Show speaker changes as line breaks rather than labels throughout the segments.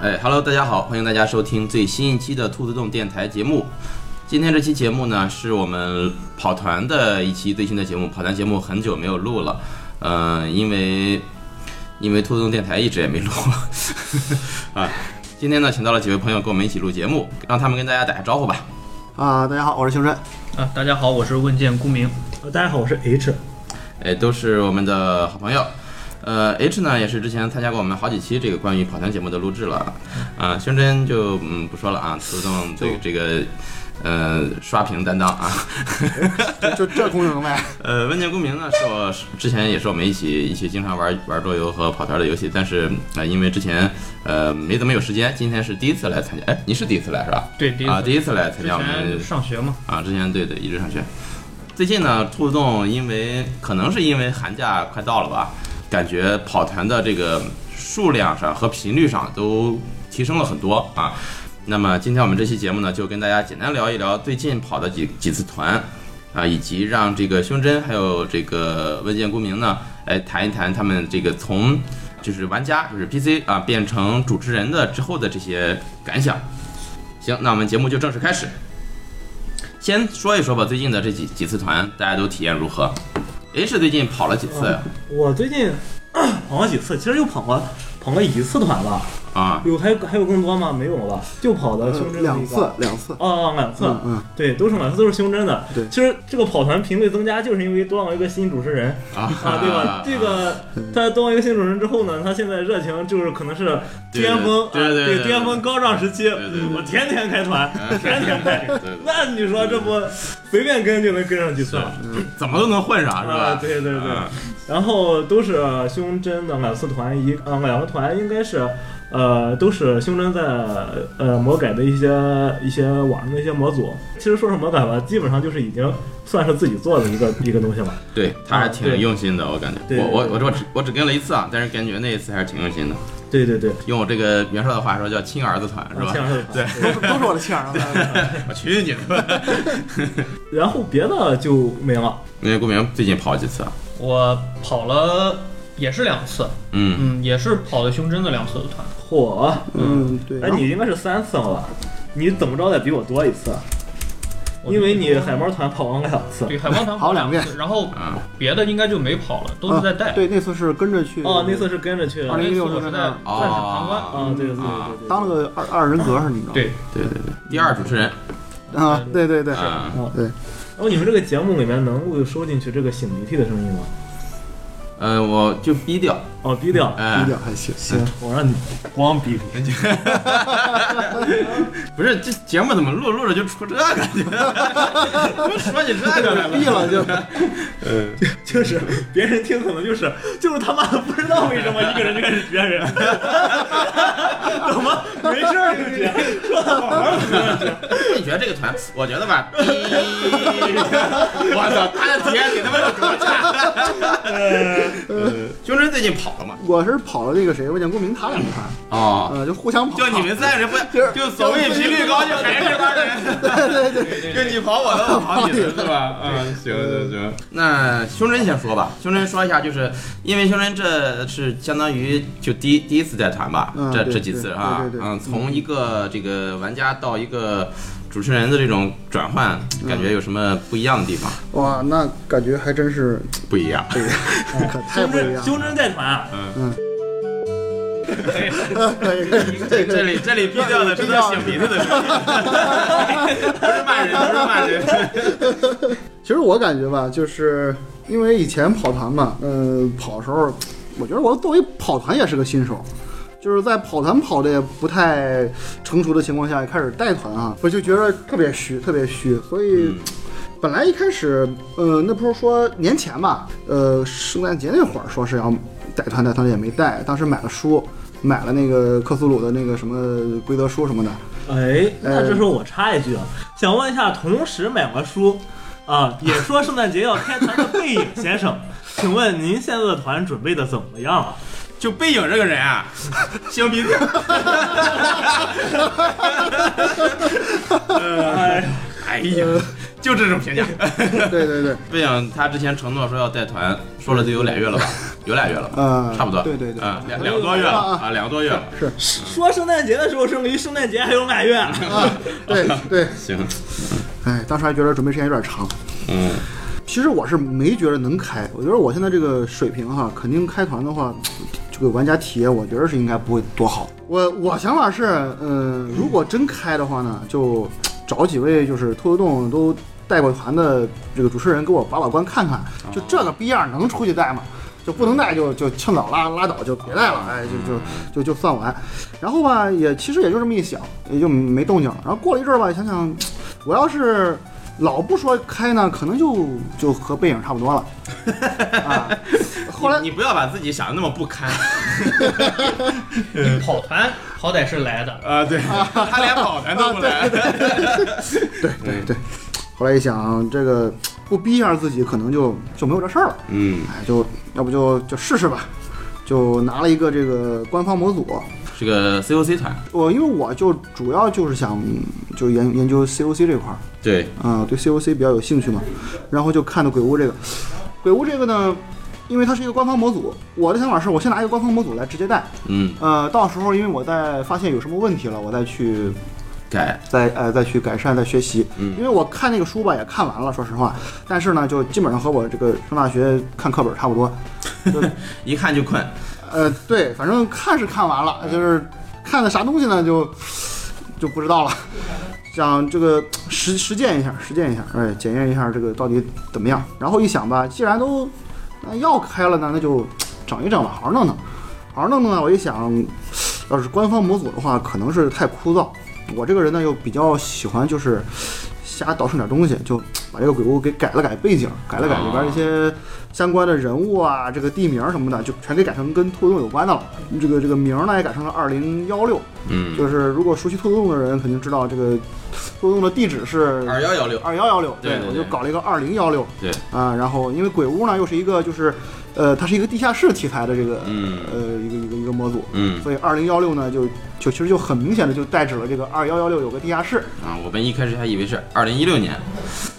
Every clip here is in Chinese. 哎，Hello，大家好，欢迎大家收听最新一期的兔子洞电台节目。今天这期节目呢，是我们跑团的一期最新的节目。跑团节目很久没有录了，呃，因为因为兔子洞电台一直也没录 啊。今天呢，请到了几位朋友跟我们一起录节目，让他们跟大家打个招呼吧。
啊，大家好，我是青春。
啊，大家好，我是问剑孤明。
大家好，我是 H。
哎，都是我们的好朋友。呃，H 呢也是之前参加过我们好几期这个关于跑团节目的录制了，啊、胸针就嗯不说了啊，自动对这个呃刷屏担当啊，
就这功能呗，
呃，温剑孤明呢是我之前也是我们一起一起经常玩玩桌游和跑团的游戏，但是呃因为之前呃没怎么有时间，今天是第一次来参加，哎，你是第一次来是吧？
对，第一次、
啊，第一次来参
之
加我们
前上学嘛，
啊，之前对对，一直上学。最近呢，兔子洞因为可能是因为寒假快到了吧，感觉跑团的这个数量上和频率上都提升了很多啊。那么今天我们这期节目呢，就跟大家简单聊一聊最近跑的几几次团啊，以及让这个胸针还有这个问剑孤明呢，来谈一谈他们这个从就是玩家就是 PC 啊变成主持人的之后的这些感想。行，那我们节目就正式开始。先说一说吧，最近的这几几次团，大家都体验如何？H 最近跑了几次呀
我最近 捧了几次，其实就捧了捧了一次团吧。
啊？
有还有还有更多吗？没有了吧？就跑的胸针的一个
呃两次，两次。
哦，两次，
嗯嗯，
对，都是两次都是胸针的。
对
其实这个跑团频率增加，就是因为多了一个新主持人
啊
啊，对吧？这个
嗯
他多了一个新主持人之后呢，他现在热情就是可能是巅峰，
对对对
啊
对对
巅峰高涨时期，嗯
对对对嗯
我天天开团，天天开
对对，对
那你说这不随便跟就能跟上几次？
怎么都能混上是吧？
啊，对对对，
嗯
然后都是胸针的两次团一啊，两个团应该是，呃，都是胸针在呃魔改的一些呃一些网上的一些模组。其实说是魔改吧，基本上就是已经算是自己做的一个 一个东西了。
对，他还挺
啊对
用心的，我感觉。
对
我
对
我我
对
我只我只跟了一次啊，但是感觉那一次还是挺用心的。
对对啊对，
用我这个袁绍的话说，叫亲儿子团是吧？
吧？对。
都是都是我的亲儿啊子。
我去你 的！
然后别的就没了。
那顾明最近跑了几次啊？
我跑了也是两次，
嗯，
嗯，也是跑的胸针的两次的团。
火，
嗯，对。
哎，你应该是三次了吧？你怎么着得比我多一次，
我
因为你海猫团跑完了两次。
对海豹团
跑
跑
两遍
次，然后
嗯
啊，
别的应该就没跑了，都是在带。
啊对，那次是跟着去。
哦，那次是跟着去的。
二
啊
零，
那次我
2016
是在
在那儿
暂时旁观。
哦
对对对
啊
对对。
当了个二二人格是你知道吗？
对，
对对对，第二主持人
啊，对对对，
啊，
然后你们这个节目里面能够收进去这个擤鼻涕的声音吗？
呃，我就逼掉，
哦，逼掉。
哎
低，调还行。
行，我让你光逼 你。
不是这节目怎么录着录着就出这个？ 我说你这个来了
毙了就
嗯，
就是别人听可能就是就是他妈的不知道为 什么一个人就开始学 人，怎么没事儿就学，说的好好的
你觉得这个团，我觉得 吧，我操，他的体验比他妈的多差。
呃
胸针最近跑了吗？
我是跑了那个谁，我讲顾明他两个团，
哦，
呃，就互相跑。
就 你们三个人不
就是
就所谓频率高，就还是那帮人。
对 对
就
对，
你跑我的，我跑你的，是吧？嗯，行行行。那胸针先说吧，胸针说一下，就是因为胸针这是相当于就第一第一次带团吧，
嗯
这
对
这几次
对
啊
对对，对
嗯，从一个这个玩家到一个主持人的这种转换，
嗯
感觉有什么不一样的地方？
哇，那感觉还真是
不一样。
这个可太不一样了。
胸针带团啊，
可以可以可以可
这
以。
里这里毙掉的是他擤鼻子的声音， 不是骂人，不是骂人。
其实我感觉吧，就是因为以前跑团嘛，呃，跑的时候，我觉得我作为跑团也是个新手，就是在跑团跑的不太成熟的情况下开始带团啊，我就觉得特别虚，特别虚，所以。本来一开始，呃，那不是说年前吧，呃，圣诞节那会儿说是要带团带团也没带，当时买了书，买了那个克苏鲁的那个什么规则书什么的，
哎，那这时候我插一句啊，想问一下，同时买了书啊，也说圣诞节要开团的背影先生， 请问您现在的团准备的怎么样啊了？
就背影这个人啊， 擤鼻子，
哎，
哎呀，
嗯
就这种评价。
对对对，
背影他之前承诺说要带团，说了得有俩月了吧？有俩月了吧？
呃，
差不多
对对对，
嗯，两两个多月了啊，两个多月了。
说圣诞节的时候剩，离圣诞节还有满月。
啊，对对，
行，
哎，当时还觉得准备时间有点长。
嗯，
其实我是没觉得能开，我觉得我现在这个水平哈，肯定开团的话，这个玩家体验我觉得是应该不会多好。我我想法是，嗯，如果真开的话呢，就找几位就是兔子洞都带过团的这个主持人给我把把关看看，就这个逼样能出去带吗？就不能带就就趁早拉拉倒就别带了，哎，就就就就算完。然后吧，也其实也就这么一想，也就没动静了。然后过了一阵儿吧，想想我要是老不说开呢，可能就就和背影差不多了。啊，后来
你你不要把自己想的那么不堪
你跑团好歹是来的，
啊！对，他连跑团都不来。
啊对对对，后来一想，这个不逼一下自己，可能就就没有这事儿了。
嗯，
哎，就要不就就试试吧，就拿了一个这个官方模组。
这个 COC 团，
我因为我就主要就是想就研研究 COC 这块儿，
对，
啊、对 COC 比较有兴趣嘛，然后就看到鬼屋这个，鬼屋这个呢，因为它是一个官方模组，我的想法是我先拿一个官方模组来直接带，
嗯，
呃，到时候因为我在发现有什么问题了，我再去
改，
再呃再去改善再学习，
嗯
因为我看那个书吧也看完了，说实话，但是呢就基本上和我这个上大学看课本差不多，
一看就困。
呃，对，反正看是看完了，就是看的啥东西呢，就就不知道了。想这个实实践一下，实践一下，哎，检验一下这个到底怎么样。然后一想吧，既然都那要开了呢，那就整一整吧，好好弄弄，好好弄弄呢。我一想，要是官方模组的话，可能是太枯燥。我这个人呢，又比较喜欢就是瞎倒腾点东西，就把这个鬼屋给改了改背景，改了改里边一些相关的人物啊，这个地名什么的，就全给改成跟兔子洞有关的了。这个这个名儿呢也改成了二零幺六，
嗯，
就是如果熟悉兔子洞的人肯定知道，这个兔子洞的地址是
二幺幺六，
二幺幺六，
对对
我
对
就搞了一个二零幺六，
对
啊，然后因为鬼屋呢又是一个就是，呃，它是一个地下室题材的这个、
嗯
呃一个一个一个模组，
嗯
所以二零幺六呢就就其实就很明显的就代指了这个二幺幺六有个地下室
啊，我们一开始还以为是二零一六年，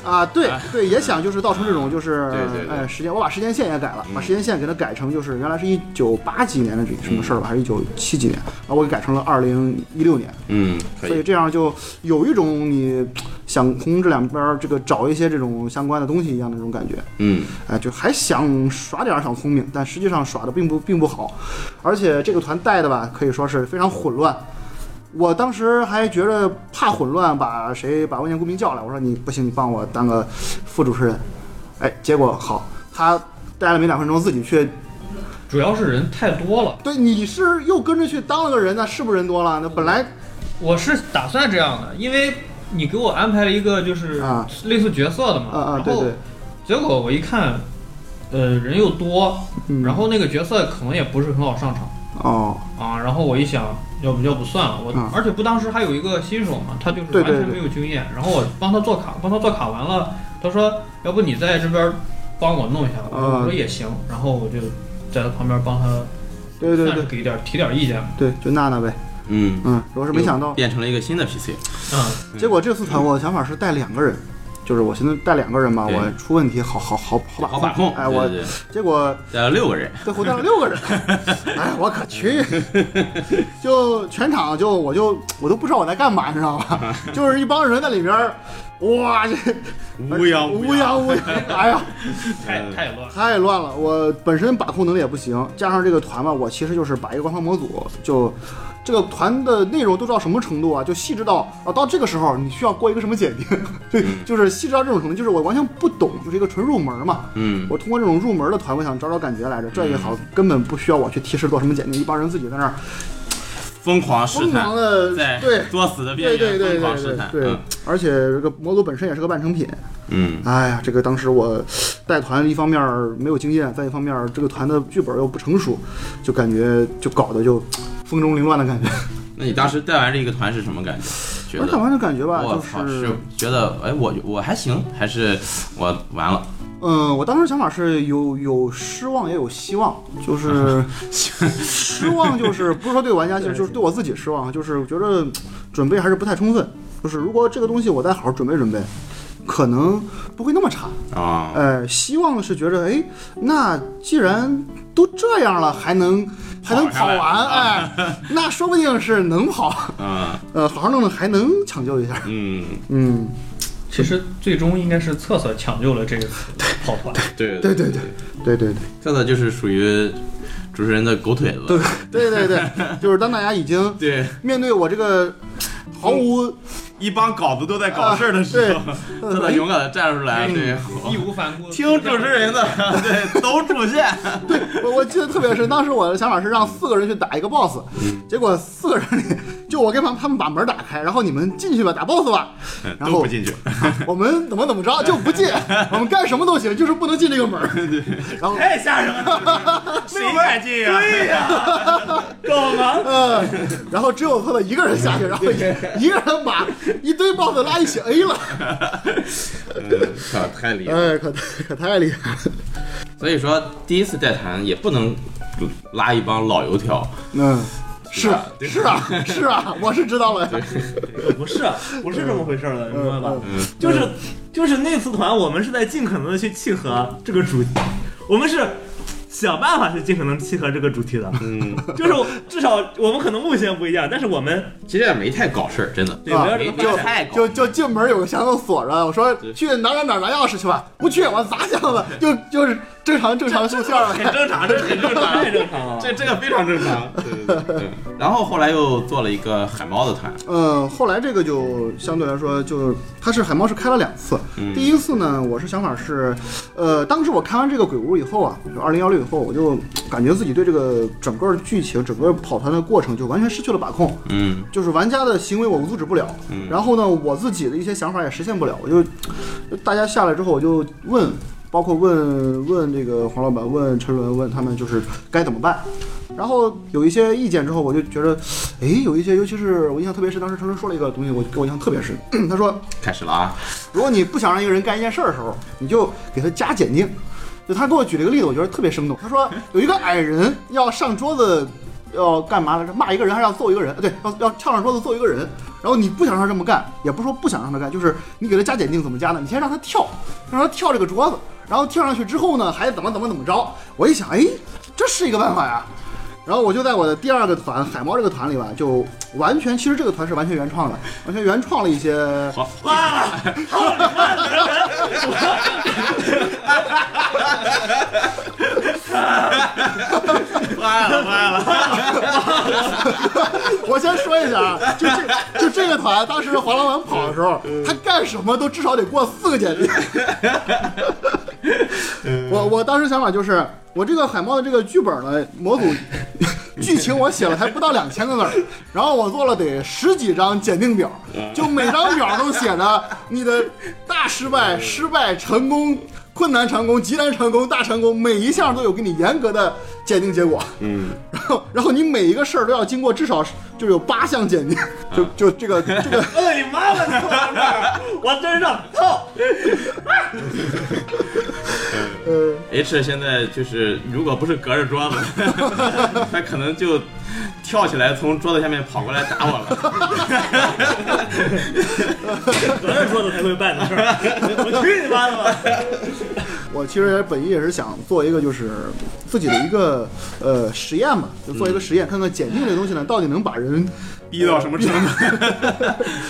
啊，对对，也想就是造成这种就是
哎对对对
哎时间，我把时间线也改了，
嗯
把时间线给它改成就是原来是一九八几年的这什么事儿吧，还是一九七几年，然后我给改成了二零一六年。
嗯，可
所以
以，
这样就有一种你想从这两边儿这个找一些这种相关的东西一样的那种感觉，
嗯
哎，就还想耍点儿小聪明，但实际上耍的并不并不好，而且这个团带的吧，可以说是非常混乱。我当时还觉得怕混乱，把谁把万年公民叫来，我说你不行，你帮我当个副主持人。哎，结果好，他待了没两分钟，自己却
主要是人太多了。
对你是又跟着去当了个人，那是不是人多了？那本来
我是打算这样的，因为你给我安排了一个就是
啊
类似角色的嘛，
啊啊，
然
对
后
对，
结果我一看，呃，人又多，
嗯，
然后那个角色可能也不是很好上场
哦，
啊，然后我一想，要不要不算了，我、
嗯
而且不当时还有一个新手嘛，他就是
对
完
对
全没有经验，然后我帮他做卡，帮他做卡完了，他说要不你在这边帮我弄一下，我说
啊
我说也行，然后我就在他旁边帮他，
对对
算
对
是给点提点意见吧，
对，就娜娜呗。
嗯，
嗯，我是没想到，
变成了一个新的 PC，
嗯，
结果这次团我的想法是带两个人，就是我寻思带两个人吧，
对
我出问题好好好好
好
把
把控，
哎，
对
我
对对
结果
带了六个人，
最后带了六 个人，哎，我可去，就全场就我就我都不知道我在干嘛，你知道吗？ 就是一帮人在里边儿，哇，这
乌泱
乌泱乌泱，哎呀，呃
太太乱了，
太乱了！我本身把控能力也不行，加上这个团吧，我其实就是把一个官方模组，就这个团的内容都知道什么程度啊，就细致到啊，到这个时候你需要过一个什么检定， 对，
嗯
就是细致到这种程度，就是我完全不懂，就是一个纯入门嘛。
嗯
我通过这种入门的团，我想找找感觉来着，这也好，根本不需要我去提示做什么检定，一帮人自己在那儿
疯狂试
疯
探
狂，的
在
对。
作死的边
对对
缘
对
疯
对
狂试
对
探，
对，而且这个模组本身也是个半成品，
嗯
哎呀，这个当时我带团，一方面儿没有经验，再一方面儿这个团的剧本又不成熟，就感觉就搞得就风中凌乱的感觉。
嗯，那你当时带完这一个团是什么感觉？觉
而看
得
完的感觉吧，
我
啊就
操，
是
是，觉得哎，我我还行，还是我完了，
嗯，我当时想法是有有失望也有希望，就是嗯失望就是不是说对玩家，就就是对我自己失望，就是觉得准备还是不太充分。就是如果这个东西我再好好准备准备，可能不会那么差。
啊，
呃，希望是觉着，哎，那既然都这样了，还能还能
跑下
跑完，
来啊
哎， 那说不定是能跑，
嗯
呃，好好弄弄还能抢救一下。
嗯，
嗯，
其实最终应该是厕所抢救了这个跑团，
对
对对对，对对对
这个就是属于主持人的狗腿子，
对对对对，就是当大家已经
对，
面对我这个毫无呃
一帮稿子都在搞事儿的时候，特的勇敢的站出来，
嗯
对，
义无反顾。
听主持人的，对，都出现，
我我记得特别深，当时我的想法是让四个人去打一个 boss，结
嗯
果四个人里就我跟他们他们把门打开，然后你们进去吧，打 boss 吧。然
嗯都
后
不进去，
我们怎么怎么着就不进，我们干什么都行，就是不能进这个门。然后
太吓人了，
谁敢进啊？
搞嘛？
呃，然后只有他的一个人下去，然后一 一个人把一堆 boss 拉一起哎 A 了，
嗯靠太厉害了。
哎，可可太厉害了。
所以说，第一次带团也不能拉一帮老油条，
嗯，是啊
对
是啊是啊，我是知道了。
呃不是，啊不是这么回事儿的，明白吧
嗯？
嗯，
就是就是那次团，我们是在尽可能的去契合这个主题，我们是想办法去尽可能契合这个主题的。
嗯，
就是我至少我们可能路线不一样，但是我们
其实也没太搞事儿，真的，
对没有这
没
个发展。
太搞事
就
儿，
就进门有个箱子锁着，我说去哪儿哪儿哪儿拿钥匙去吧，不去我砸箱子，就就是正常正常路线了。
很正常，这很正常，太正常了。
这这个非常正常。 对对对对。然后后来又做了一个海猫的团，
呃，后来这个就相对来说，就它是海猫是开了两次。
嗯
第一次呢，我是想法是，呃，当时我看完这个鬼屋以后啊，就二零幺六以后，我就感觉自己对这个整个剧情、整个跑团的过程就完全失去了把控，
嗯
就是玩家的行为我阻止不了，
嗯
然后呢，我自己的一些想法也实现不了，我就大家下来之后，我就问，包括问问这个黄老板，问陈伦，问他们就是该怎么办。然后有一些意见之后，我就觉得，哎，有一些，尤其是我印象特别深，当时陈伦说了一个东西，我给我印象特别深。 他说，
开始了啊，
如果你不想让一个人干一件事儿的时候，你就给他加减定。就他给我举了一个例子，我觉得特别生动。他说有一个矮人要上桌子，要干嘛来着？骂一个人还是要揍一个人？对，要要跳上桌子揍一个人。然后你不想让他这么干，也不是说不想让他干，就是你给他加减定怎么加呢？你先让他跳，让他跳这个桌子，然后跳上去之后呢，还怎么怎么怎么着？我一想，哎，这是一个办法呀。然后我就在我的第二个团海猫这个团里吧，就完全其实这个团是完全原创的，完全原创了一些
好，坏了坏了，
我先说一下啊，就这就这个团，当时黄老板跑的时候，他干什么都至少得过四个检定。 我我当时想法就是，我这个海猫的这个剧本呢，模组 剧情我写了还不到两千个字儿，然后我做了得十几张检定表，就每张表都写着你的大失败、失败、成功、困难成功、极难成功、大成功，每一项都有给你严格的检定结果。
嗯，
然后 然后你每一个事儿都要经过至少是就是有八项检定，就就这个这个，
哎你妈了，你坐到这儿， 我真上操！
呃，
H 现在就是，如果不是隔着桌子， 他可能就跳起来从桌子下面跑过来打我了。
隔着桌子才会办的事儿， 我去你妈的吧！
我其实本意也是想做一个就是自己的一个呃实验吧，就做一个实验，看看检定这东西呢到底能把人
逼到什么程度？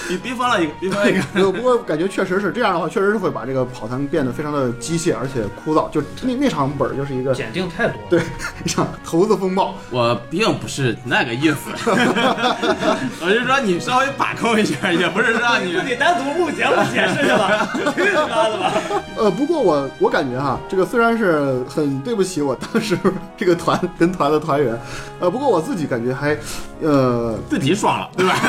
你 逼疯了一个，逼疯了一个。
呃，不过感觉确实是这样的话，确实是会把这个跑团变得非常的机械而且枯燥。就那那场本儿就是一个
检定太多了。
对一场猴子风暴，
我并不是那个意 思，我是说你稍微把控一下，也不是让你
自己单独录节目解释去吧，去你妈的吧！
呃，不过我我感觉哈，这个虽然是很对不起我当时这个团跟团的团员，呃，不过我自己感觉还，呃，
自己爽了，对吧？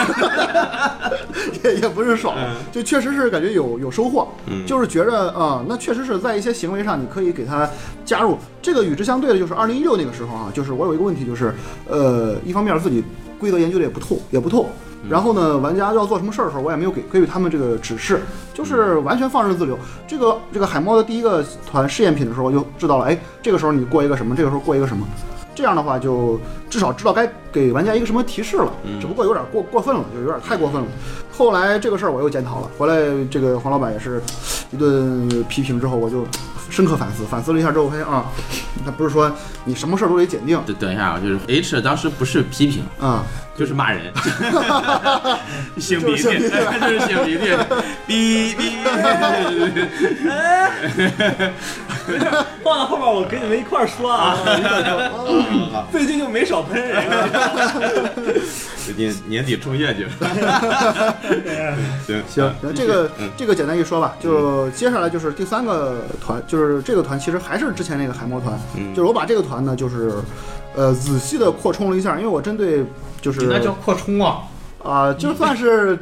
也也不是爽
嗯，
就确实是感觉有有收获，
嗯
就是觉着啊、那确实是在一些行为上你可以给他加入。这个与之相对的就是二零一六那个时候啊，就是我有一个问题就是，呃，一方面自己规则研究的也不透，也不透。
嗯
然后呢，玩家要做什么事儿的时候，我也没有给给予他们这个指示，就是
嗯
完全放任自流。这个这个海猫的第一个团试验品的时候，我就知道了，哎，这个时候你过一个什么，这个时候过一个什么。这样的话就至少知道该给玩家一个什么提示了，
嗯
只不过有点过过分了，就有点太过分了。后来这个事儿我又检讨了，回来这个黄老板也是一顿批评之后，我就深刻反思，反思了一下之后发现啊，他不是说你什么事儿都得检定
等等一下啊，就是 H 当时不是批评，
啊、
就是骂 人，擤鼻涕， 就是擤鼻涕，哔哔，
放到后边我跟你们一块儿说啊，最近就没少喷人。
最近年底冲 业去了。行
行，那这个
嗯
这个简单一说吧，就接下来就是第三个团，就是这个团其实还是之前那个海魔团，
嗯
就是我把这个团呢，就是呃仔细的扩充了一下，因为我针对就是
你那叫扩充啊，
啊、就算是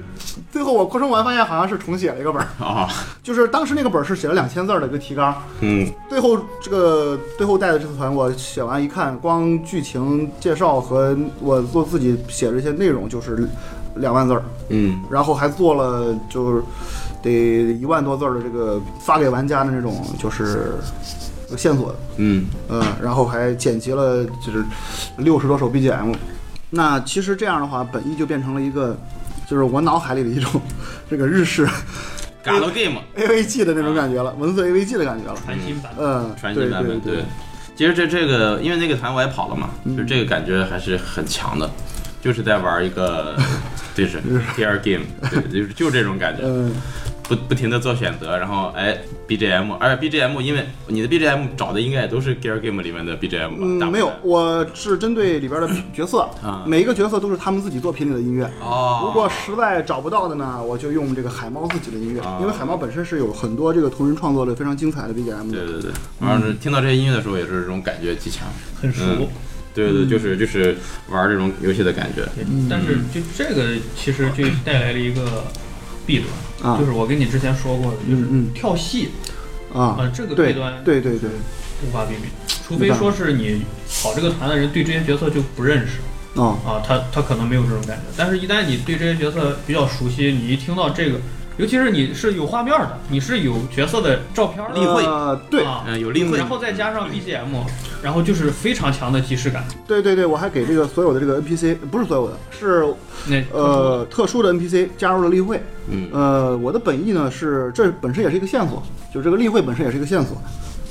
最后我扩充完发现好像是重写了一个本儿，
啊，
就是当时那个本儿是写了两千字儿的一个提纲，
嗯
最后这个最后带的这次团，我写完一看，光剧情介绍和我做自己写这些内容就是两万字儿，
嗯
然后还做了就是得一万多字儿的这个发给玩家的那种就是线索，
嗯
嗯，然后还剪辑了就是六十多首 BGM。那其实这样的话，本意就变成了一个，就是我脑海里的一种 这个日式
，Galo Game
AVG 的那种感觉了，文字 AVG 的感觉了。
全新版
嗯，
传
对
奇版本
对嗯
对。其实这这个，因为那个团我也跑了嘛，就这个感觉还是很强的，就是在玩一个， 就是 PR game，对，就是就这种感觉。
嗯，
不不停的做选择，然后哎 BGM，而且 BGM 因为你的 BGM 找的应该也都是 Gear Game 里面的 BGM 吧？大
嗯，
部分
没有，我是针对里边的角色
啊，
每一个角色都是他们自己作品里的音乐。
哦，
如果实在找不到的呢，我就用这个海猫自己的音
啊
乐，因为海猫本身是有很多这个同人创作的非常精彩的 BGM
对
的。
对对，然后听到这些音乐的时候也是这种感觉极强，
很熟。
嗯对对对，就是就是玩这种游戏的感觉，
嗯
但是就这个其实就带来了一个弊端，
啊
就是我跟你之前说过的，就是
嗯
跳戏
啊，
啊，这个弊
对
端
对对对，
无法避免，除非说是你跑这个团的人对这些角色就不认识
哦，
啊，他他可能没有这种感觉，但是一旦你对这些角色比较熟悉，你一听到这个，尤其是你是有画面的，你是有角色的照片
例
的。
会
呃对
啊
嗯，有例会，
然后再加
嗯
上 BGM，然后就是非常强的即视感。
对对对，我还给这个所有的这个 NPC，不是所有的，是
那，
呃特殊的 NPC 加入了例会。
嗯，
呃，我的本意呢是，这本身也是一个线索，就这个例会本身也是一个线索。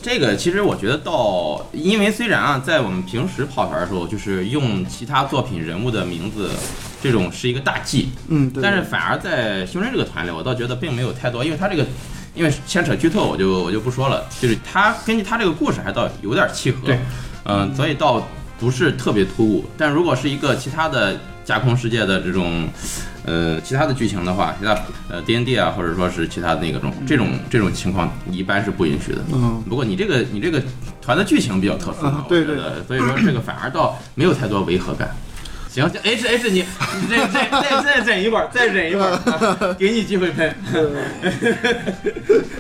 这个其实我觉得到，因为虽然啊，在我们平时跑团的时候，就是用其他作品人物的名字，这种是一个大忌，
嗯，对。
但是反而在胸针这个团里，我倒觉得并没有太多，因为他这个，因为牵扯剧透，我就我就不说了。就是他根据他这个故事还倒有点契合，
对，
嗯、所以倒不是特别突兀。但如果是一个其他的架空世界的这种，呃，其他的剧情的话，其他呃 D N D 啊，或者说是其他的那个种这种这种情况，一般是不允许的。
嗯，
不过你这个你这个团的剧情比较特殊嘛
啊，对
我觉得，所以说这个反而倒没有太多违和感。行哎行，H H，你你再再再再忍一会儿，再忍一会儿， 啊给你机会喷。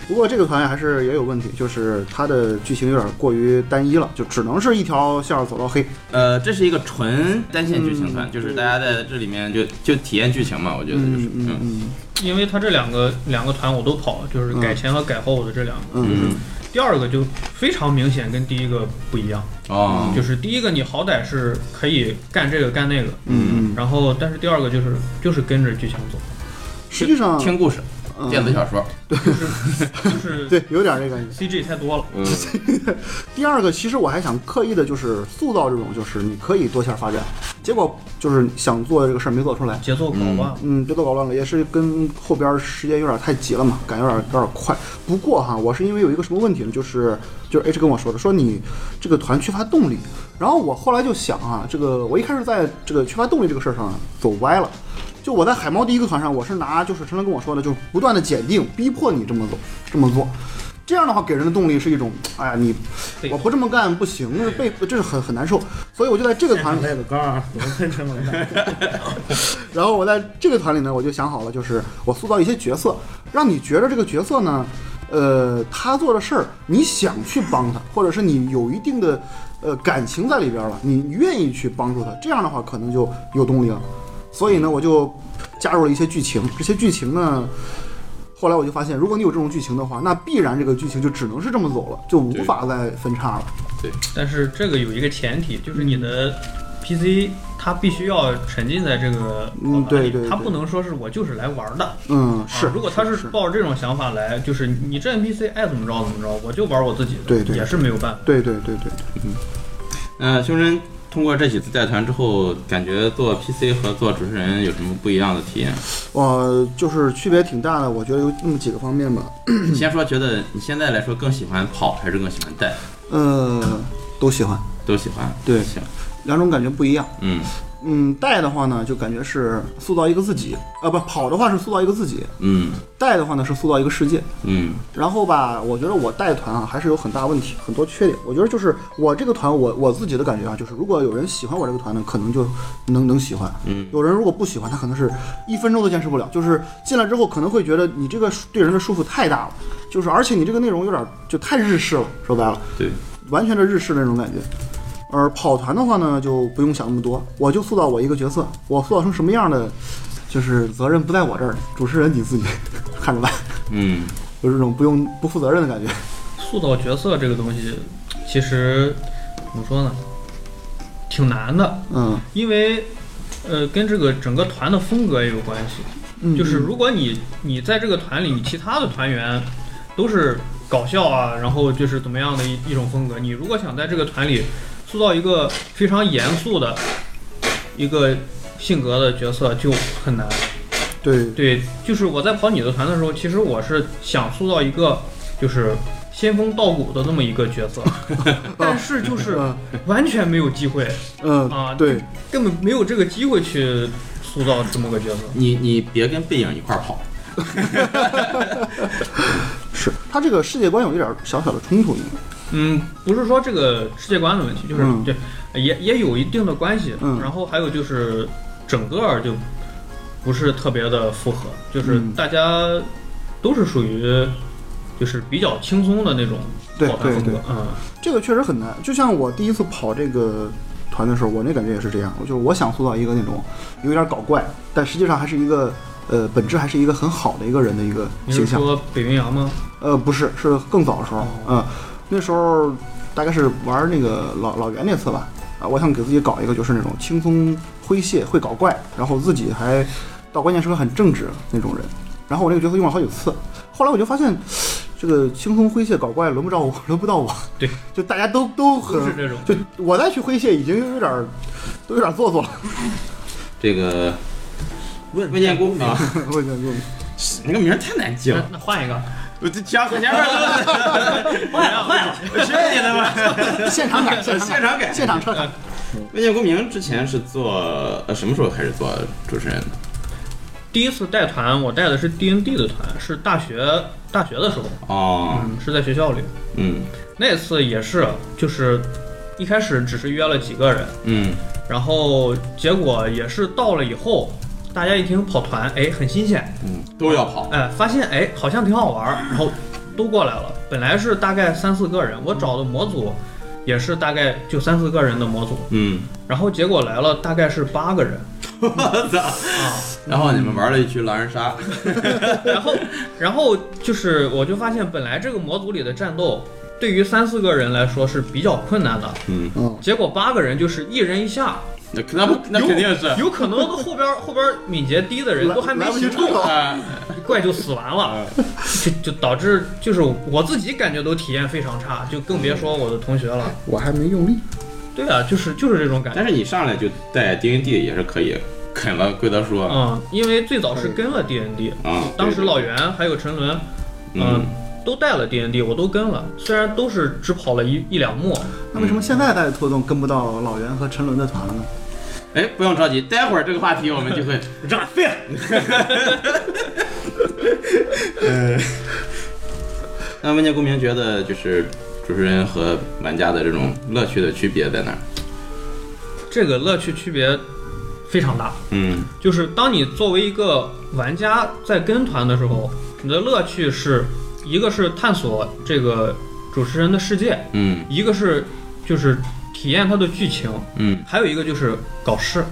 不过这个团还是也有问题，就是它的剧情有点过于单一了，就只能是一条线儿走到黑。
呃，这是一个纯单线剧情团，
嗯
就是大家在这里面就就体验剧情嘛，我觉得就是
嗯嗯
嗯
嗯
因为他这两个两个团我都跑，就是改前和改后的这两个。
嗯
第二个就非常明显跟第一个不一样，
嗯
哦，
就是第一个你好歹是可以干这个干那个，
嗯嗯。
然后但是第二个就是就是跟着剧情 走，
实际上，
听故事，
嗯
电子小说，
就是就是
对，有点这感觉。
CG 太多了。
嗯
第二个，其实我还想刻意的，就是塑造这种，就是你可以多线发展，结果就是想做的这个事儿没做出来。
节奏搞啊乱了，
嗯，节奏搞乱了，也是跟后边时间有点太急了嘛，赶有点有点快。不过哈，我是因为有一个什么问题呢，就是就是 H 跟我说的，说你这个团缺乏动力。然后我后来就想啊，这个我一开始在这个缺乏动力这个事儿上走歪了。就我在海猫第一个团上，我是拿就是陈晨跟我说的，就是不断的检定，逼迫你这么走，这么做。这样的话，给人的动力是一种，哎呀，你
被
我不这么干不行，被这是很很难受。所以我就在这个团里，
那个杆儿怎么喷成文的？
然后我在这个团里呢，我就想好了，就是我塑造一些角色，让你觉得这个角色呢，呃，他做的事儿你想去帮他，或者是你有一定的呃感情在里边了，你愿意去帮助他，这样的话可能就有动力了。所以呢，我就加入了一些剧情，这些剧情呢。后来我就发现，如果你有这种剧情的话，那必然这个剧情就只能是这么走了，就无法再分叉了。
但是这个有一个前提，就是你的 PC 它必须要沉浸在这个
嗯
跑团里
对对
它
对
不能说是我就是来玩的。
嗯，是
啊，如果他
是
抱着这种想法来，就是你这 NPC 爱怎么着怎么着，我就玩我自己的，
对对
也是没有办法。
对对对对，
嗯，胸针通过这几次带团之后，感觉做 PC 和做主持人有什么不一样的体 验？
呃，就是区别挺大的，我觉得有那么几个方面吧，
你先说，觉得你现在来说更喜欢跑还是更喜欢带？
呃，都喜欢，
都喜欢。
对
行，
两种感觉不一样。
嗯
嗯，带的话呢，就感觉是塑造一个自己，呃，不跑的话是塑造一个自己，
嗯
带的话呢是塑造一个世界。
嗯
然后吧，我觉得我带团啊还是有很大问题，很多缺点。我觉得就是我这个团，我我自己的感觉啊，就是如果有人喜欢我这个团呢，可能就能能喜欢；
嗯
有人如果不喜欢，他可能是一分钟都坚持不了。就是进来之后可能会觉得你这个对人的束缚太大了，就是而且你这个内容有点就太日式了，说白了。
对，
完全的日式的那种感觉。而跑团的话呢，就不用想那么多，我就塑造我一个角色，我塑造成什么样的，就是责任不在我这儿，主持人你自己 看着办，
嗯
有这种不用不负责任的感觉。
塑造角色这个东西，其实怎么说呢，挺难的，
嗯，
因为呃，跟这个整个团的风格也有关系。
嗯
就是如果你你在这个团里，你其他的团员都是搞笑啊，然后就是怎么样的一一种风格，你如果想在这个团里塑造一个非常严肃的一个性格的角色，就很难。
对
对，就是我在跑你的团的时候，其实我是想塑造一个就是仙风道骨的那么一个 角色，但是就是
嗯
完全没有机会，
嗯、
啊
对，
根本没有这个机会去塑造这么个角色。
你你别跟背影一块儿跑。
是他这个世界观有一点小小的冲突，应该
嗯，不是说这个世界观的问题，就是、
嗯
对，也也有一定的关系。
嗯
然后还有就是整个儿就不是特别的复合，就是
嗯
大家都是属于就是比较轻松的那种
对
跑团风
对
格
对。
嗯，
这个确实很难。就像我第一次跑这个团的时候，我那感觉也是这样，我就是我想塑造一个那种有点搞怪，但实际上还是一个呃本质还是一个很好的一个人的一个
你
形
是
象。
说北冰洋吗？
呃，不是，是更早的时候，
哦
嗯、那时候大概是玩那个老老袁那次吧，啊，我想给自己搞一个就是那种轻松诙谐、会搞怪，然后自己还到关键时刻很正直那种人。然后我那个角色用了好几次，后来我就发现，这个轻松诙谐搞怪轮不着我， 轮不到我。
对，
就大家都都
不是
很，
这种。
就我再去诙谐已经有点儿都有点做作了。
这个
问
魏建功啊，
我感觉
你个名儿太难记
那
了。
那换一个，
我这前前面儿
换了换了。
我学你的吧，
现场改， 现场
现
改，
场改。
现场撤场。
魏建功明之前是做呃什么时候开始做主持人的？
第一次带团，我带的是 D N D 的团，是大学大学的时候，
哦，
嗯，是在学校里。
嗯
那次也是，就是一开始只是约了几个人。
嗯
然后结果也是到了以后，大家一听跑团，哎，很新鲜，
嗯，都要跑。
哎，发现哎好像挺好玩儿，然后都过来了。本来是大概三四个人，我找的模组也是大概就三四个人的模组，
嗯，
然后结果来了大概是八个人
我操！
啊，
然后你们玩了一局狼人杀。
然后然后就是我就发现本来这个模组里的战斗。对于三四个人来说是比较困难的，
嗯，
嗯，
结果八个人就是一人一下，
那那不那肯定是。
有可能后边 后边敏捷低的人都还没
来来不及
行动
出手
啊，
怪就死完了， 就就导致就是我自己感觉都体验非常差，就更别说我的同学了。
我还没用力。
对啊，就是就是这种感觉。
但是你上来就带 D N D 也是可以，啃了规则书啊。
嗯，因为最早是跟了 D N D，
啊，
当时老袁还有陈伦，嗯
嗯，，
都带了 D N D，我都跟了，虽然都是只跑了一一两幕，
那为什么现在带拖动跟不到老袁和陈伦的团了呢？
哎，不用着急，待会儿这个话题我们就 会。
让废了。
那温建公民觉得就是主持人和玩家的这种乐趣的区别在哪儿？
这个乐趣区别非常大。
嗯
就是当你作为一个玩家在跟团的时候，你的乐趣是一个是探索这个主持人的世界，
嗯
一个是就是体验它的剧情，
嗯，
还有一个就是搞事，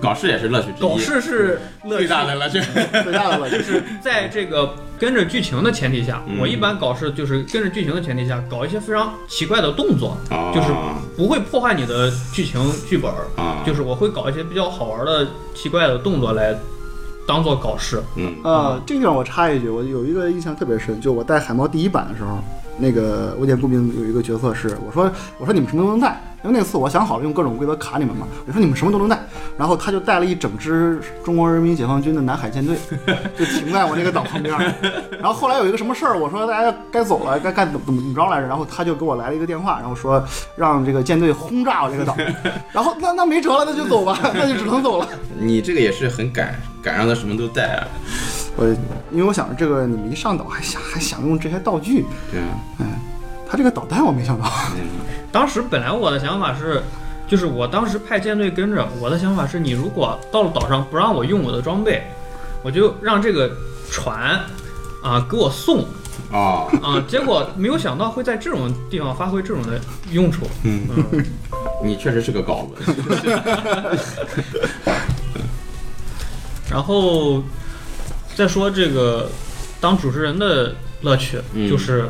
搞事也是乐趣之
搞
一，
事是
最大的乐趣。
最大的问题。
就是在这个跟着剧情的前提下，
嗯
我一般搞事就是跟着剧情的前提下搞一些非常奇怪的动作，
啊
就是不会破坏你的剧情剧本儿，
啊，
就是我会搞一些比较好玩的奇怪的动作来当做搞事。
嗯
啊，这个地方我插一句，我有一个印象特别深，就我带海猫第一版的时候，那个危险步兵有一个角色是，我说我说你们什么都能带，因为那次我想好了用各种规则卡你们嘛，我说你们什么都能带，然后他就带了一整支中国人民解放军的南海舰队，就停在我那个岛旁边儿，然后后来有一个什么事儿，我说大家该走了，该该怎么怎么着来着，然后他就给我来了一个电话，然后说让这个舰队轰炸我这个岛，然后那那没辙了，那就走吧，那就只能走了。
你这个也是很敢敢让他什么都带啊，
我因为我想着这个你们一上岛还想还想用这些道具，
对啊，
他这个导弹我没想到，
嗯
当时本来我的想法是，就是我当时派舰队跟着，我的想法是你如果到了岛上不让我用我的装备，我就让这个船啊给我送
哦，
啊，结果没有想到会在这种地方发挥这种的用处。
嗯，
嗯，
你确实是个稿 子，
然后再说这个当主持人的乐趣，
嗯
就是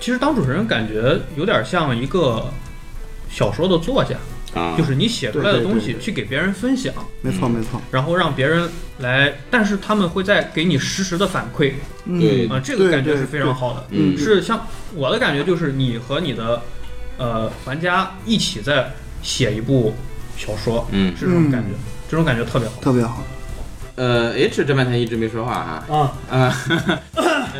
其实当主持人感觉有点像一个小说的作家，
啊，
就是你写出来的
对对
东西
对
去给别人分享。
没错没错，
然后让别人来，但是他们会再给你实时的反馈
嗯
对
啊、这个感觉
对
是非常好的。
嗯
是像我的感觉就是你和你的呃玩家一起在写一部小说，
嗯
是这种感觉，这种感觉特别好。
特别好，
呃，H 这半天一直没说话哈。
啊，
啊，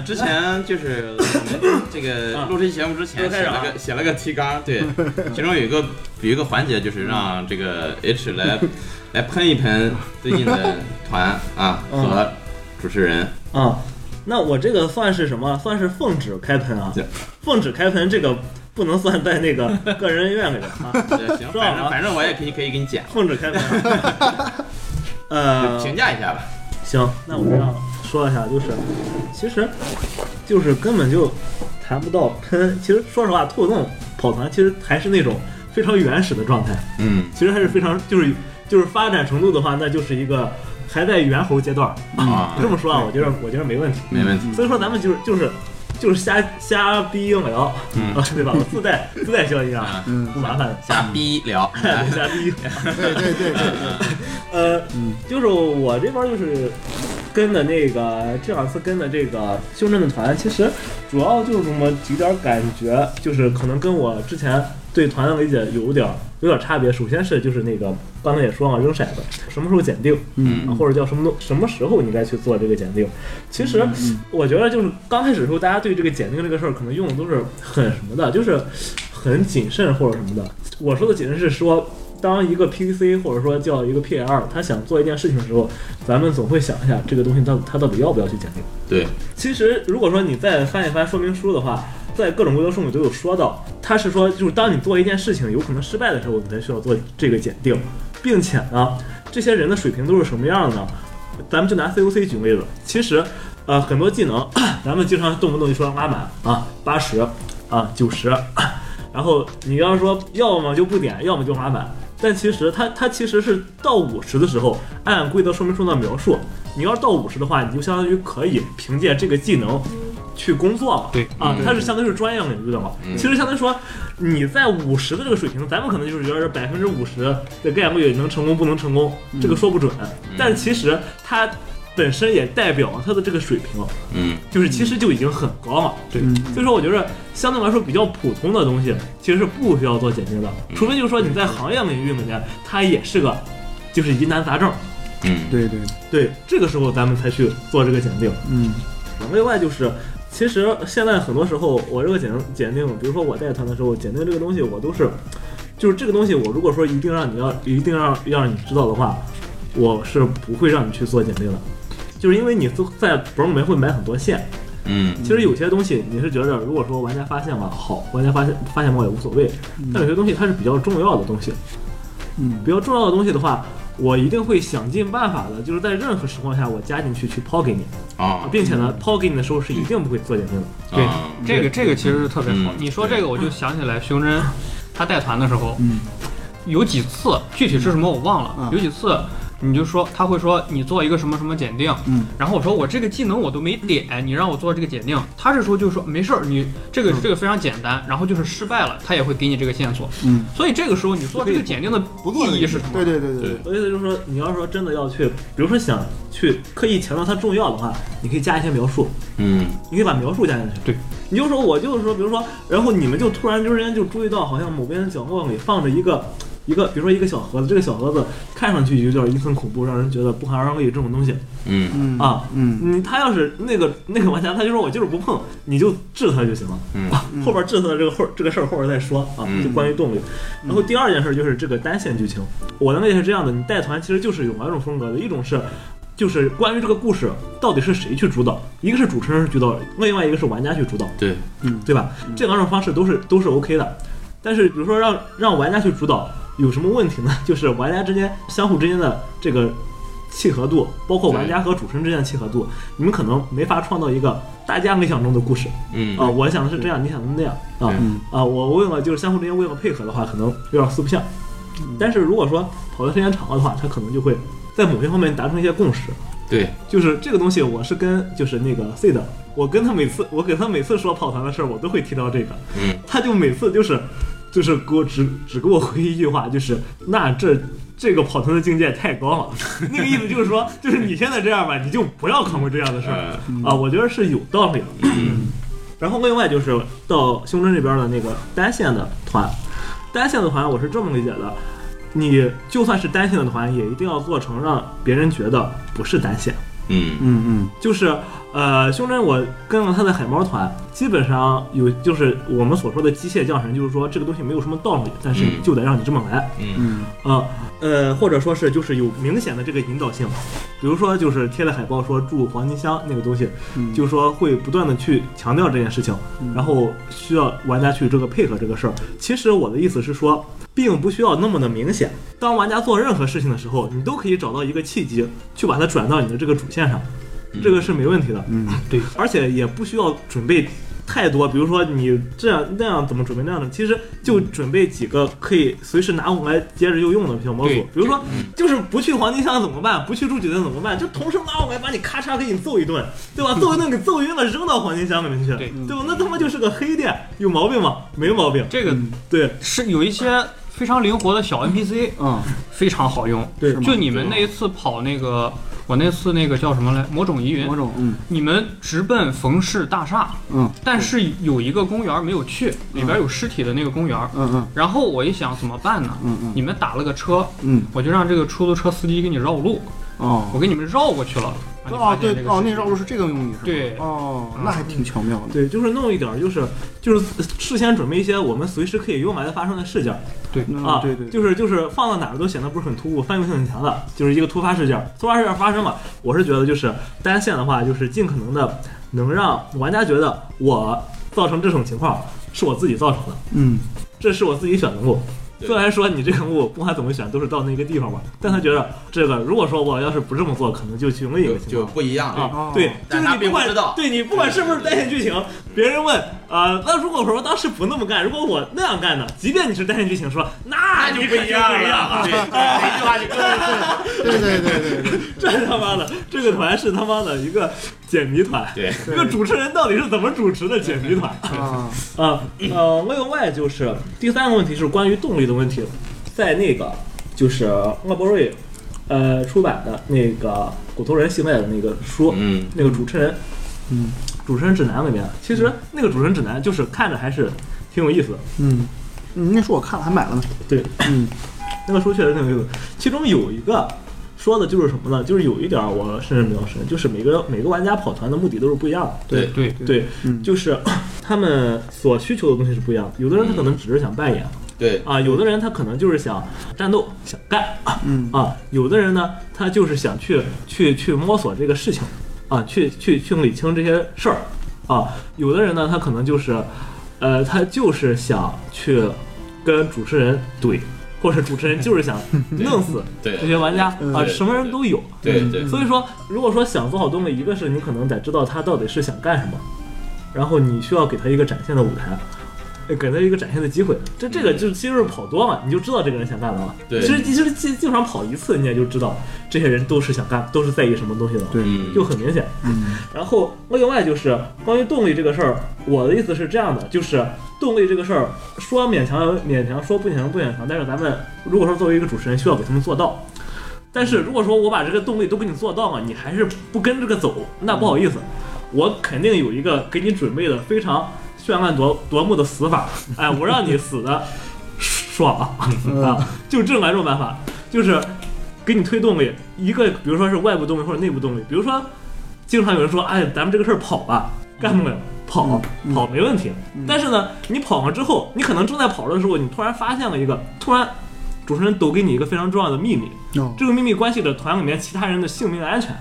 之前就是我们这个录这期节目之前
啊又开
写
始了
了
啊
个写了个提纲，对，其中有一个有一个环节就是让这个 H 来来喷一喷最近的团啊
嗯
和主持人，
啊，那我这个算是什么？算是奉旨开喷啊
对！
奉旨开喷这个不能算在那个个人恩怨里边啊。
对行，
说好
反
了
正反正我也可以可以给你讲，
奉旨开喷啊。呃，
评价一下吧，
行，那我这样说一下，就是其实就是根本就谈不到喷。其实说实话，兔洞跑团其实还是那种非常原始的状态，
嗯
其实还是非常就是就是发展程度的话，那就是一个还在猿猴阶段。
啊，
这么说啊，我觉得我觉得没问题。
没问题，
所以说咱们就是就是就是瞎瞎逼硬聊啊，
嗯
对吧？我自带自带消音啊，
嗯，
不麻烦的。
瞎逼聊，
瞎逼，
对对对对，
呃
嗯，
就是我这边就是跟的那个这两次跟的这个修正的团，其实主要就是这么几点感觉，就是可能跟我之前对团的理解有点有点差别。首先是就是那个刚才也说了扔骰子，什么时候检定，
嗯
或者叫什么东什么时候你该去做这个检定。其实我觉得就是刚开始的时候，大家对这个检定这个事儿可能用的都是很什么的，就是很谨慎或者什么的。我说的谨慎是说。当一个 PC 或者说叫一个 PL，他想做一件事情的时候，咱们总会想一下这个东西到他到底要不要去检定。
对，
其实如果说你再翻一翻说明书的话，在各种规则书里都有说到，它是说就是当你做一件事情有可能失败的时候，你才需要做这个检定，并且呢，这些人的水平都是什么样的呢？咱们就拿 COC 举例子，其实，呃，很多技能， 咱们经常动不动就说拉满啊，八十啊，九十， 然后你要说要么就不点，要么就拉满。但其实它它其实是到五十的时候，按规则说明书的描述，你要是到五十的话，你就相当于可以凭借这个技能去工作了。
对
啊
嗯，
它是相当于是专业领域的嘛。其实相当于说你在五十的这个水平，咱们可能就是觉得百分之五十的概率能成功不能成功，
嗯
这个说不准。
嗯
但其实它本身也代表了它的这个水平，
嗯
就是其实就已经很高了。对
嗯
所以说我觉得相对来说比较普通的东西，其实是不需要做检定的，除非就是说
嗯
你在行业领域里面，它也是个就是疑难杂症。
嗯
对对，
对，这个时候咱们才去做这个检定。
嗯
另外就是，其实现在很多时候，我这个检检定，比如说我带团的时候，检定这个东西，我都是，就是这个东西，我如果说一定让你要，一定让让你知道的话，我是不会让你去做检定的，就是因为你都在本里面会买很多线，
嗯
其实有些东西你是觉得，如果说玩家发现吧，好，玩家发现发现我也无所谓，但有些东西它是比较重要的东西，
嗯
比较重要的东西的话。我一定会想尽办法的，就是在任何情况下，我加进去去抛给你，
啊，
并且呢，抛给你的时候是一定不会做检定的。
对
啊
这个这个其实是特别好
嗯。
你说这个，我就想起来熊真他带团的时候，
嗯
有几次具体是什么我忘了，
嗯
有几次你就说他会说你做一个什么什么检定，
嗯，
然后我说我这个技能我都没点，你让我做这个检定，他这时候就说没事儿，你这个这个非常简单，然后就是失败了，他也会给你这个线索，
嗯，
所以这个时候你做这个检定的
不做
意义是什么？
对对对对
对
对，
我的意思就是说，你要是说真的要去，比如说想去刻意强调它重要的话，你可以加一些描述，
嗯，
你可以把描述加进去。
对，
你就说我就是说，比如说，然后你们就突然之间就注意到，好像某边的角落里放着一个一个，比如说一个小盒子，这个小盒子看上去有点阴森恐怖，让人觉得不寒而栗这种东西
嗯
嗯
啊。
嗯
你他要是那个那个玩家，他就说我就是不碰，你就治他就行了。
嗯
啊，后边治他的这个后这个事儿后边再说啊，
嗯
就关于动力。然后第二件事就是这个单线剧情，我的理解是这样的：你带团其实就是有两种风格的，一种是。就是关于这个故事到底是谁去主导，一个是主持人去主导，另外一个是玩家去主导，
对，
对吧？
嗯
这两种方式都是都是 OK 的。但是比如说让让玩家去主导，有什么问题呢？ 就是玩家之间相互之间的这个契合度，包括玩家和主持人之间的契合度，你们可能没法创造一个大家理想中的故事
嗯
啊、我想的是这样，你想的是那样啊
对
嗯
啊！我为了就是相互之间为了配合的话，可能有点四不像。但是如果说跑的时间长了的话，他可能就会在某些方面达成一些共识。
对，
就是这个东西，我是跟就是那个 C 的，我跟他每次我给他每次说跑团的事儿，我都会提到这个，
嗯
他就每次就是就是给我只只给我回一句话，就是那这。这个跑团的境界太高了，那个意思就是说，就是你现在这样吧，你就不要考虑这样的事儿
呃，
嗯
嗯
啊，我觉得是有道理的。然后另外就是到胸针这边的那个单线的团，单线的团我是这么理解的，你就算是单线的团，也一定要做成让别人觉得不是单线。
嗯
嗯嗯
就是呃，胸针我跟了他的海猫团，基本上有就是我们所说的机械降神，就是说这个东西没有什么道理，但是
嗯
就得让你这么来。
嗯
嗯
呃呃，或者说是就是有明显的这个引导性，比如说就是贴了海报说住黄金乡那个东西，
嗯，
就是说会不断的去强调这件事情，然后需要玩家去这个配合这个事儿。其实我的意思是说，并不需要那么的明显。当玩家做任何事情的时候，你都可以找到一个契机，去把它转到你的这个主线上，这个是没问题的。
嗯
对，而且也不需要准备太多，比如说你这样那样怎么准备那样的，其实就准备几个可以随时拿过来接着就用的小模组
对，
比如说就是不去黄金乡怎么办，不去住酒店怎么办，就同时拿过来把你咔嚓给你揍一顿，对吧？揍一顿给揍晕了，扔到黄金乡里面去，
对
对吧？那他妈就是个黑店，有毛病吗？没毛病，
这个
嗯
对
是有一些非常灵活的小 NPC，
啊，
非常好用。
对
是吗
就你们那一次跑那个，我那次那个叫什么来？魔种疑云
某。种嗯
你们直奔冯氏大厦，
嗯
但是有一个公园没有去，里边有尸体的那个公园。
嗯嗯
然后我一想怎么办呢？
嗯嗯
你们打了个车，
嗯
我就让这个出租车司机给你绕路，
哦
我给你们绕过去了。啊你
哦
发现
对
这个
哦
事，
那
情
绕路是这个用意是吧？
对
哦，那还挺巧妙的。
对，就是弄一点儿就是就是事先准备一些我们随时可以用来发生的事件，
嗯
啊，
对对，
就是就是放到哪儿都显得不是很突兀，泛用性很强的，就是一个突发事件儿。突发事件儿发生了，我是觉得就是单线的话，就是尽可能的能让玩家觉得我造成这种情况是我自己造成的，
嗯
这是我自己选的路。
对
虽然说你这个路不管怎么选都是到那个地方吧，但他觉得这个如果说我要是不这么做，可能就去另一
就
个情
就
况。
不一样了，
啊
哦，
对，就
但
是
他
你
并
不
不
管
知道
对你不管是不是单线剧情，别人问啊、呃那如果说当时不那么干，如果我那样干呢？即便你是单线剧情说，那你可就不一了，
对，这句话就更
对对对对
这他妈的，这个团是他妈的一个解谜团，
对，
这个主持人到底是怎么主持的解 谜团？
对啊，
啊，呃，另外就是第三个问题是关于动力的问题，在那个就是勒伯瑞，呃出版的那个骨头人系列的那个书，
嗯
那个主持人，
嗯，
主持人指南里面，其实那个主持人指南就是看着还是挺有意思的，
嗯。嗯，那书我看了，还买了呢。
对，
嗯
那个书确实挺有意思的。其中有一个说的就是什么呢？就是有一点儿我甚至比较深，就是每个每个玩家跑团的目的都是不一样的，
对
对
对，
嗯
就是 他们所需求的东西是不一样的。有的人他可能只是想扮演
对，
啊，有的人他可能就是想战斗、想干
嗯
啊，有的人呢他就是想去去去摸索这个事情啊，去去去理清这些事儿啊，有的人呢他可能就是呃他就是想去跟主持人怼，或者主持人就是想弄死
对
这些玩家
嗯
啊，
对
什么人都有。
对对
所以说，如果说想做好动力，一个是你可能得知道他到底是想干什么，然后你需要给他一个展现的舞台。呃给他一个展现的机会。这这个就其实是跑多嘛，你就知道这个人想干嘛。
对
其实其实经经常跑一次，你也就知道这些人都是想干，都是在意什么东西的。
对
嗯，
就很明显。
嗯，
然后另外就是关于动力这个事儿，我的意思是这样的，就是动力这个事儿，说勉强勉强，说不勉强不勉强，但是咱们如果说作为一个主持人，需要给他们做到。但是如果说我把这个动力都给你做到了，你还是不跟这个走，那不好意思，我肯定有一个给你准备的非常绚烂夺夺目的死 法，哎，我让你死的爽
嗯
啊！就这两种办法，就是给你推动力，一个比如说是外部动力或者内部动力，比如说经常有人说，哎，咱们这个事儿跑吧，干不了，跑
嗯
跑没问题
嗯。
但是呢，你跑上之后，你可能正在跑的时候，你突然发现了一个，突然主持人抖给你一个非常重要的秘密，
哦
这个秘密关系着团里面其他人的性命安全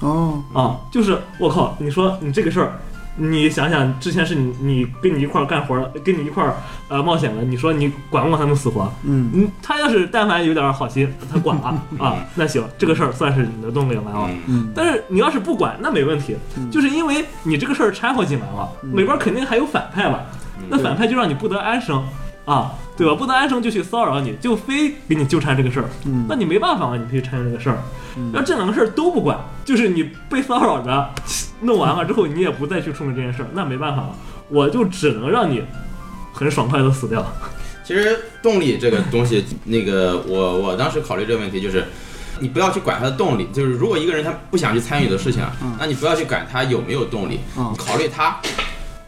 哦，
啊，就是我靠，你说你这个事儿。你想想，之前是你你跟你一块儿干活儿，跟你一块儿呃冒险的，你说你管不管他们死活？
嗯
嗯，他要是但凡有点好心，他管了啊，那行，这个事儿算是你的动力来了。
嗯
嗯，
但是你要是不管，那没问题，
嗯
就是因为你这个事儿掺和进来了，
嗯
里边肯定还有反派嘛，那
嗯
反派就让你不得安生啊，对吧？不得安生就去骚扰你，就非给你纠缠这个事儿，
嗯
那你没办法了，你必须掺和这个事儿。
嗯
要这两个事儿都不管，就是你被骚扰的，弄完了之后你也不再去处理这件事儿，那没办法了，我就只能让你很爽快的死掉。
其实动力这个东西，那个我我当时考虑这个问题就是，你不要去管他的动力，就是如果一个人他不想去参与的事情啊
嗯，
那你不要去管他有没有动力，
哦
考虑他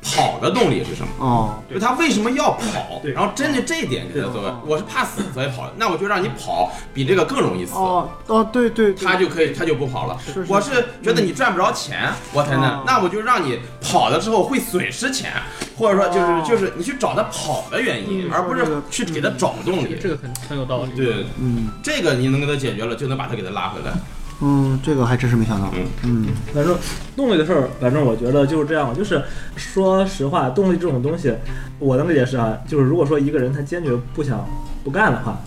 跑的动力是什么。
哦，
就他为什么要跑
对，
然后针对这一点给他做
对
个，我是怕死所以跑的，那我就让你跑，比这个更容易死，
哦哦，对对，对
他就可以他就不跑了。
是
我是觉得你赚不着钱，我才
哦
能，那我就让你跑的时候会损失钱，或者说
哦
就是就是你去找他跑的原因，
嗯
而不
说这
是
个
去给他找动力
这。个很很有道理。
对，
嗯
这个你能给他解决了，就能把他给他拉回来。
嗯，这个还真是没想到，嗯
反正动力的事儿，反正我觉得就是这样，就是说实话，动力这种东西，我的理解是啊，就是如果说一个人他坚决不想不干的话，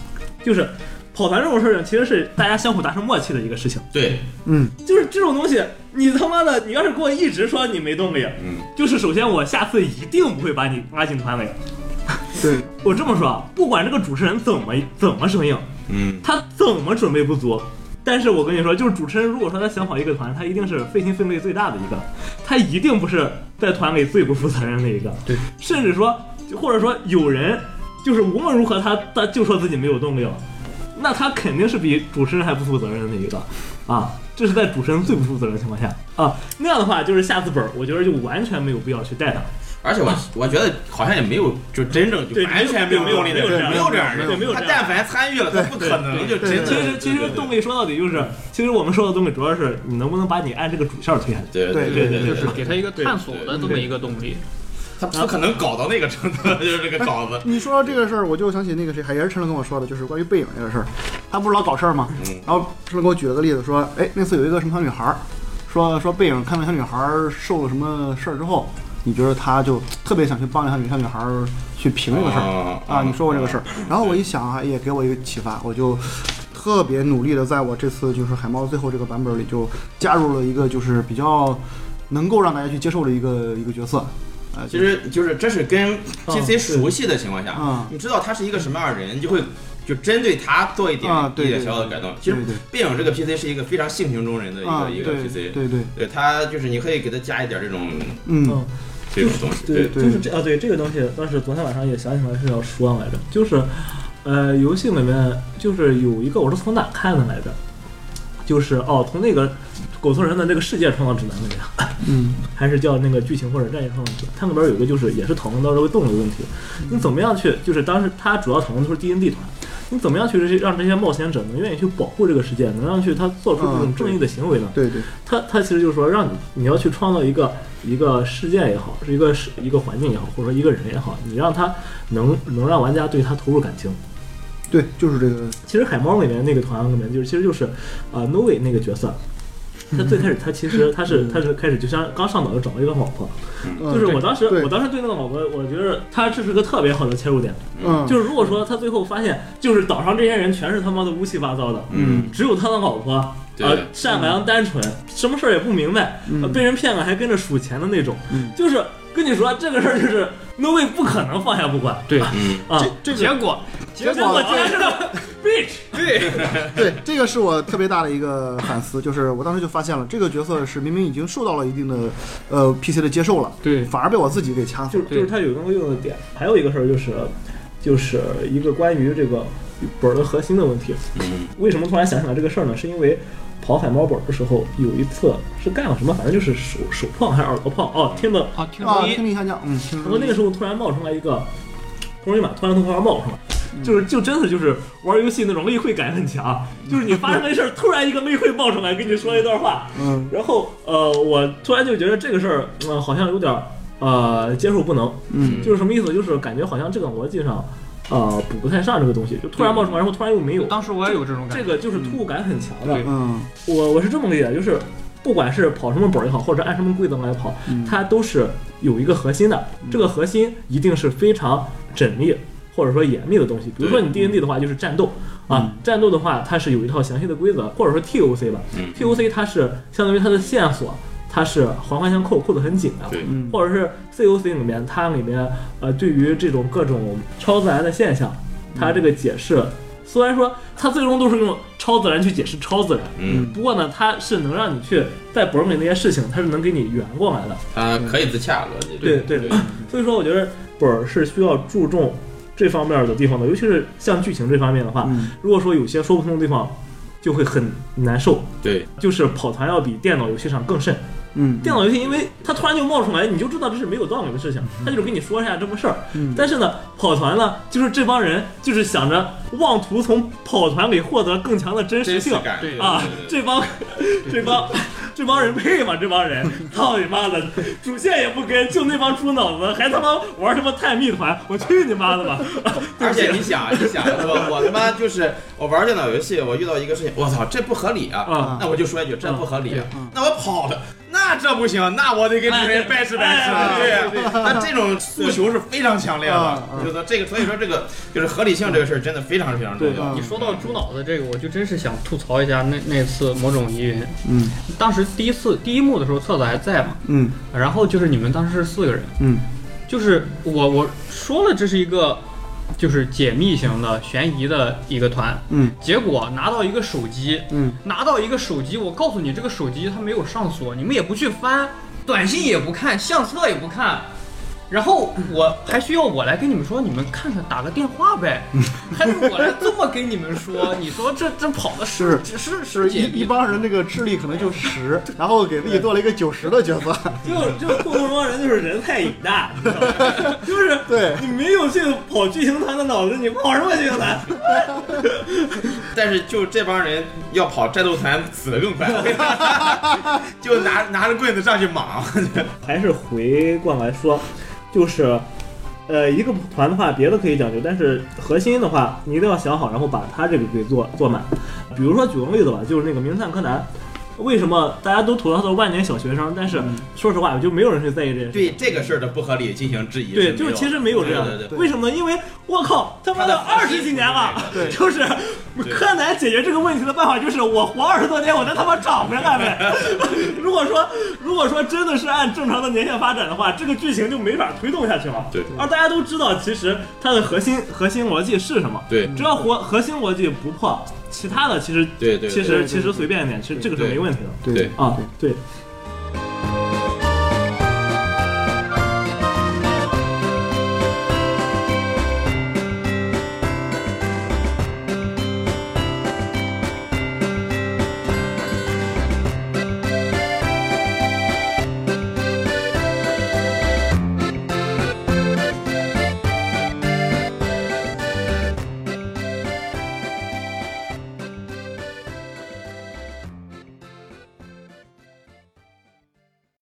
就是跑团这种事儿其实是大家相互达成默契的一个事情。
对，
嗯
就是这种东西，你他妈的，你要是给我一直说你没动力，
嗯，
就是首先我下次一定不会把你拉进团里。
对，
我这么说啊，不管这个主持人怎么怎么生硬，
嗯，
他怎么准备不足？但是我跟你说，就是主持人，如果说他想跑一个团，他一定是费心费力最大的一个，他一定不是在团里最不负责任的一个。
对，
甚至说，或者说有人就是无论如何他他就说自己没有动力了，那他肯定是比主持人还不负责任的一个啊！这是在主持人最不负责任的情况下啊，那样的话就是下资本，我觉得就完全没有必要去带他。
而且我我觉得好像也没有，就真正就
对
完全没有动力的
对
人，
没
没
有
有
这
这
样
样的
的人对没有
人。
这样的人
他但凡参与了，他不可能就真的。
其实其实动力说到底就是，其实我们说的动力主要是你能不能把你按这个主线推下去。
对对对
对对
对，
就是给他一个探索的这么一个动力。
他不可能搞到那个程度， 就是这
哎
个稿子。
你说到这个事儿，我就想起那个谁，还也是陈乐跟我说的，就是关于背影这个事儿，他不是老搞事儿吗？
嗯
然后陈乐给我举了个例子，说，哎，那次有一个什么小女孩儿，说说背影看到小女孩儿受了什么事儿之后，你觉得他就特别想去帮那小女孩儿去评这个事儿。啊，你说过这个事
儿，
儿，然后我一想啊，也给我一个启发，我就特别努力的在我这次就是海猫最后这个版本里就加入了一个就是比较能够让大家去接受的一个一个角色，呃，
其实就是这是跟 PC 熟悉的情况下，
啊
你知道他是一个什么样的人，你就会就针对他做一点
啊对
一点
对
小小的改动。其
对
实
对
背影这个 PC 是一个非常性情中人的一
啊，
个一个
对
PC，
对对，
对他就是你可以给他加一点这种
嗯
嗯
这种东西，对，
对，
对
就是这啊，对这个东西，当时昨天晚上也想起来是要说来着，就是，呃，游戏里面就是有一个我是从哪看的来着，就是哦，从那个狗头人的那个世界创造指南里面，
嗯
还是叫那个剧情或者战役创造指南，它里边有一个就是也是讨论到这个动力问题，你怎么样去，就是当时它主要讨论的是 D N D 团。你怎么样去让这些冒险者能愿意去保护这个世界，能让去他做出这种
嗯对
正义的行为呢？
对对，
他他其实就是说，让你你要去创造一个一个世界也好，是一个是一个环境也好，或者说一个人也好，你让他能能让玩家对他投入感情。
对，就是这个，
其实海猫里面那个团里面就是其实就是，呃，Novi 那个角色，他最开始他其实他是他是开始就像刚上岛就找了一个老婆，
嗯
就是我当时
对
我当时对那个老婆，我觉得他这是个特别好的切入点，
嗯，
就是如果说他最后发现就是岛上这些人全是他妈的乌七八糟的，
嗯，
只有他的老婆
对
呃善良单纯，什么事儿也不明白，
嗯
呃被人骗了还跟着数钱的那种
嗯，
就是跟你说这个事儿就是 No way 不可能放下不管
对，
嗯，
啊。
这
结
个
果
结
结果
果
竟然是个 bitch，
对，
对这个是我特别大的一个反思，就是我当时就发现了这个角色是明明已经受到了一定的呃 PC 的接受了，
对
反而被我自己给掐死
就
了。
就是它有一个用的点。还有一个事儿就是，就是一个关于这个本儿的核心的问题。
嗯
为什么突然想起来这个事儿呢？是因为跑海猫本儿的时候，有一次是干了什么，反正就是手手碰还是耳朵碰哦，听的
啊，听
啊，
说一
听力下降，嗯，听
然后那个时候突然冒出来一个空瑞玛，突然从头上冒出来，就是就真的就是玩游戏那种内会感很强，就是你发生一事儿，突然一个内会冒出来跟你说一段话，
嗯，
然后呃，我突然就觉得这个事儿，嗯、好像有点儿呃接受不能，
嗯，
就是什么意思？就是感觉好像这个逻辑上呃补不太上这个东西，就突然冒出来，然后突然又没有，
当时我也有这种感
这
觉，
个就是突兀感很强的。
对
嗯
我我是这么理解，就是不管是跑什么本儿也好，或者按什么规则来跑，
嗯
它都是有一个核心的，
嗯
这个核心一定是非常缜密或者说严密的东西。比如说你 D N D 的话，就是战斗
嗯
啊，战斗的话它是有一套详细的规则，或者说 T O C 吧
嗯
，T O C 它是相当于它的线索，它是环环相扣，扣得很紧的。
对，
嗯
或者是 C O C 里面，它里面呃对于这种各种超自然的现象，它这个
嗯
解释虽然说它最终都是用超自然去解释超自然，
嗯，
不过呢，它是能让你去在本里那些事情，它是能给你圆过来的。
啊，可以自洽逻辑，
对对所以说，我觉得本儿是需要注重这方面的地方的，尤其是像剧情这方面的话，
嗯
如果说有些说不通的地方，就会很难受。
对，
就是跑团要比电脑游戏上更甚。
嗯，
电脑游戏因为它突然就冒出来，你就知道这是没有道理的事情，它就是跟你说一下这么事儿。
嗯
但是呢，跑团呢，就是这帮人就是想着妄图从跑团里获得更强的真实
真实
性。
感对
啊
对对，对
这帮这帮这帮人配吗？这帮人，操你妈的，主线也不跟，就那帮猪脑子，还他妈玩什么探秘团，我去你妈的吧！
而且你想，你想，我我他妈就是我玩电脑游戏，我遇到一个事情，我操，这不合理啊！
啊、
那我就说一句，这不合理啊
嗯。
那我跑的，那这不行，那我得给主人掰扯掰扯。
哎嗯
对，那这种诉求是非常强烈的
啊，啊
就是说这个，所以说这个就是合理性这个事儿真的非常非常重
对嗯
要。
啊
你说到猪脑子这个，我就真是想吐槽一下那那次某种疑云。
嗯
当时第一次第一幕的时候，册子还在嘛，
嗯
然后就是你们当时是四个人，
嗯
就是我我说了这是一个就是解密型的悬疑的一个团，
嗯
结果拿到一个手机，
嗯
拿到一个手机，我告诉你这个手机它没有上锁，你们也不去翻，短信也不看，相册也不看。然后我还需要我来跟你们说，你们看看打个电话呗，还是我来这么跟你们说？你说这这跑的是是
就是
是解
一一
密
帮人那个智力可能就十，然后给自己做了一个九十的角色，
就就库洛这帮人就是人太瘾大，你知道吗就是
对
你没有去跑剧情团的脑子，你跑什么剧情团？
但是就这帮人要跑战斗团死的 更快，我跟你说就拿拿着棍子上去莽。
还是回过来说，就是，呃，一个团的话，别的可以讲究，但是核心的话，你一定要想好，然后把它这个给做做满。比如说举个例子吧，就是那个《名探柯南》，为什么大家都吐槽他是万年小学生？但是、说实话，就没有人去在意这件事。
对这个事儿的不合理进行质疑，
对，就是其实没有这样
对对对
为什么呢？因为我靠，他妈的
他的
二十几年了，
对
就是柯南解决这个问题的办法就是我活二十多年，我再他妈长回 来呗。 如果说如果说真的是按正常的年限发展的话，这个剧情就没法推动下去了。
对
而大家都知道，其实它的核心核心逻辑是什么？
对
只要核核心逻辑不破，其他的其实
对对对
其
对
实其实随便一点，其实这个是
对
没问题的。
对
啊，对，